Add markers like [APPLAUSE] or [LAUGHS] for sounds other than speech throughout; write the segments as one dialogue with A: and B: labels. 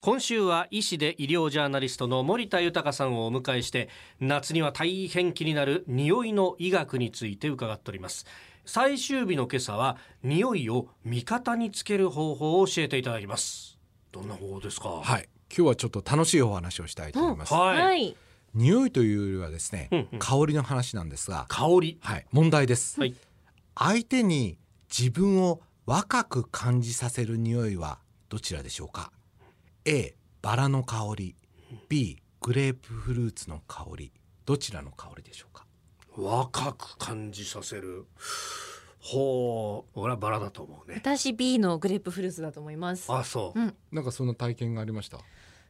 A: 今週は医師で医療ジャーナリストの森田豊さんをお迎えして夏には大変気になる匂いの医学について伺っております最終日の今朝は匂いを味方につける方法を教えていただきますどんな方法ですか
B: はい、今日はちょっと楽しいお話をしたいと思います。
A: はい、
C: はい。
B: 匂いというよりはですね、
A: うんうん
B: 香りの話なんですが、
A: 香り
B: はい、問題です。
A: はい
B: 相手に自分を若く感じさせる匂いはどちらでしょうか A バラの香り B グレープフルーツの香りどちらの香りでしょうか
A: 若く感じさせるほう俺はバラだと思うね
C: 私 B のグレープフルーツだと思います。
A: あそう、
C: うん。
B: なんかそんな体験がありました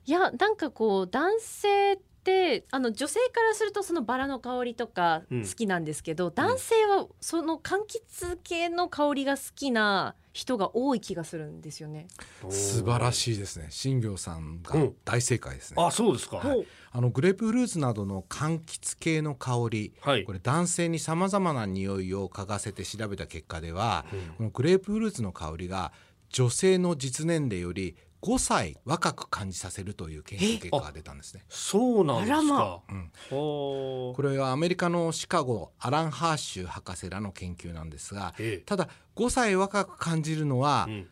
C: いやなんかこう男性ってあの女性からするとそのバラの香りとか
A: うん
C: 好きなんですけど、男性はその柑橘系の香りが好きな人が多い気がするんですよね。
B: 素晴ら
A: い
B: しいですね新行さんが
A: うん
B: 大正解ですね、
A: あそうですか
B: はいあのグレープフルーツなどの柑橘系の香り
A: はい
B: これ男性にさまざまな匂いを嗅がせて調べた結果では、
A: うん
B: このグレープフルーツの香りが女性の実年齢より5歳若く感じさせるという研究結果が出たんですね。
A: そうなんですか
C: あらま
B: うん
A: ほ
B: これはアメリカのシカゴアラン・ハーシュ博士らの研究なんですが
A: うえ
B: ただ5歳若く感じるのは
A: えうん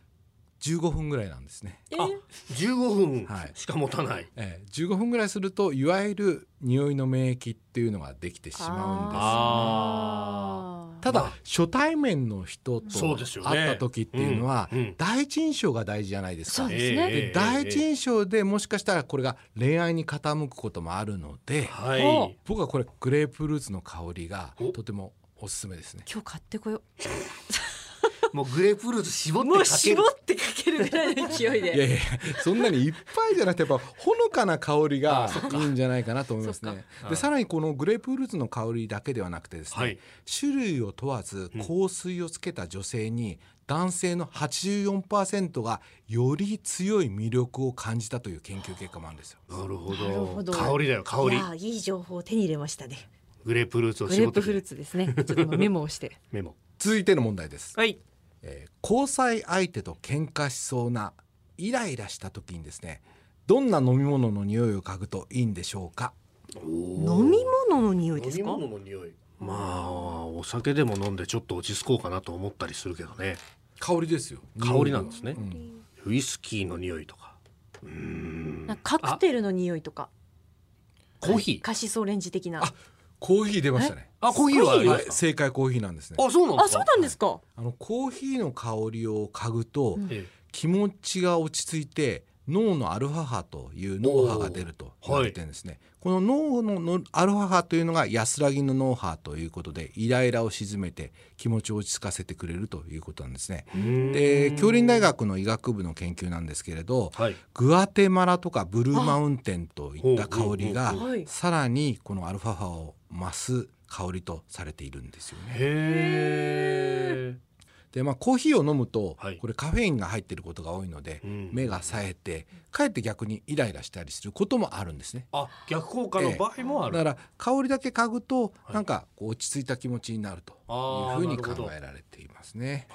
B: 15分ぐらいなんですね。
A: あ15分
B: はい
A: しか持たない、
B: ええ15分ぐらいするといわゆる匂いの免疫っていうのができてしまうんです
A: あ
B: た
A: ま
B: だ
A: あ
B: 初対面の人と
A: そうですよね
B: 会った時っていうのは
A: うんうん
B: 第一印象が大事じゃないです
C: そう
B: か。
C: ですね
A: ええ
B: で第一印象でもしかしたらこれが恋愛に傾くこともあるので
A: は
C: ほ
A: い
B: 僕はこれグレープフルーツの香りが
A: お
B: とてもおすすめですね。
C: 今日買ってこよ
A: もうグレープフルーツ絞
C: う。
A: ってかける
C: ってかけるぐらいの勢い
B: いやいやそんなにいっぱいじゃなくてやっぱほのかな香りがいいんじゃないかなと思いますね
A: そっか。
B: でさらにこのグレープフルーツの香りだけではなくてですね、
A: はい
B: 種類を問わず
A: うん
B: 香水をつけた女性に男性の84%がより強い魅力を感じたという研究結果もあるんですよ。
A: なるほど
C: なるほど
A: 香りだよ香
C: い
A: り
C: やいい情報を手に入れましたね。
A: グレープフルーツを
C: グレ
A: 絞
C: ー
A: って
C: プ
A: く
C: フル
A: れ
C: ーツですね。ちょっと今メモをして。
A: メモ
B: 続いての問題です、
A: はい
B: えー交際相手と喧嘩しそうなイライラした時にですねどんな飲み物の匂いを嗅ぐといいんでしょうか
C: 飲み物の匂いで
A: 飲
C: す
A: み
C: か？
A: 物の匂いまあお酒でも飲んでちょっと落ち着こうかなと思ったりするけどね
B: 香りですよ
A: 香りなんですね
B: うん
A: ウイスキーの匂いとかうーん
C: なんかカクテルの匂いとか、
A: コーヒー
C: カシスオレンジ的な。
B: あコーヒー出ましたね
A: あコーヒーは
C: コーヒー
A: あ
B: は
A: り
B: い
A: ます
B: 正解コーヒーなんですね
A: かあそうなんで
C: あ、
A: すか
C: そうなんですか。
B: あのコーヒーの香りを嗅ぐと、
C: うん
A: え
B: 気持ちが落ち着いて脳のアルファ波という脳波が出ると言われてるんですね、この脳ののアルファ波というのが安らぎの脳波ということでイライラを鎮めて気持ちを落ち着かせてくれるということなんですね
A: えうーん
B: で京林大学の医学部の研究なんですけれど
A: はい
B: グアテマラとかブルーマウンテンといった香り
A: あ
B: が
C: はい。
B: さらにこのアルファ波を増す香りとされているんですよね
A: へえ
B: でまあコーヒーを飲むと、
A: はい
B: これカフェインが入ってることが多いので、目が冴えてかえって逆にイライラしたりすることもあるんですね。
A: あ逆効果の場合もあ
B: だ
A: る、
B: から香りだけ嗅ぐと、
A: はい
B: なんかこう落ち着いた気持ちになると
A: あー
B: いうふう
A: な
B: に
A: るほど
B: 考えられていますね。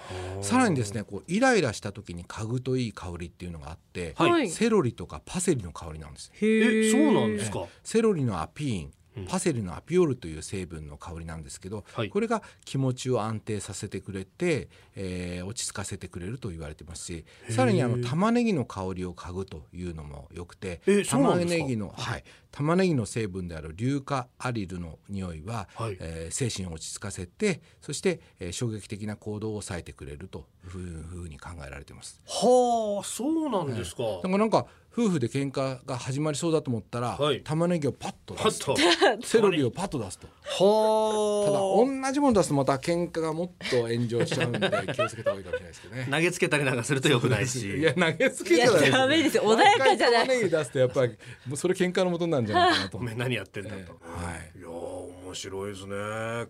B: さらにですねこうイライラした時に嗅ぐといい香りっていうのがあって、
A: はい
C: はい。
B: セロリとかパセリの香りなんです。
A: えそうなんですか
B: セロリのアピーン
A: うん
B: パセリのアピオールという成分の香りなんですけど、
A: はい
B: これが気持ちを安定させてくれて、えー落ち着かせてくれると言われてますし
A: へー
B: さらにあの玉ねぎの香りを嗅ぐというのもよくて
A: えそうな
B: 玉
A: んですか
B: ねぎの、はい、玉ねぎの成分である硫化アリルの匂いは、
A: はい
B: えー精神を落ち着かせてそして、えー衝撃的な行動を抑えてくれるというふうに考えられています。
A: はあそうなんですか、
B: だからなんか夫婦で喧嘩が始まりそうだと思ったら、
A: はい
B: 玉ねぎをパッと
A: パ
B: 出す
A: ッと
B: セロリをパッと出すと。ただ同
A: は
B: じもの出すとまた喧嘩がもっと炎上しちゃうんで気をつけた方がいいかもしれないですけどね。
A: [LAUGHS] 投げつけたりなんかすると良くない
B: い
A: し
B: や投げつけ
C: い
B: じゃないで
C: や、
B: す
C: ダメですよ。穏やかじゃな
B: 毎回玉
C: い。
B: ねぎ出すとやっぱりもうそれ喧嘩の元になるんじゃないかなと
A: お
B: 思
A: め
B: う
A: え。何やってんだと、[LAUGHS]
B: ええはい
A: いやー面白いですね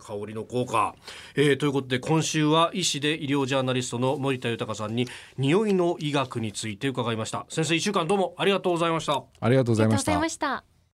A: 香りの効果、えーということで今週は医師で医療ジャーナリストの森田豊さんに匂いの医学について伺いました先生一週間どうもありがとうございました
B: ありがとう
C: あ
B: ございました。
C: した。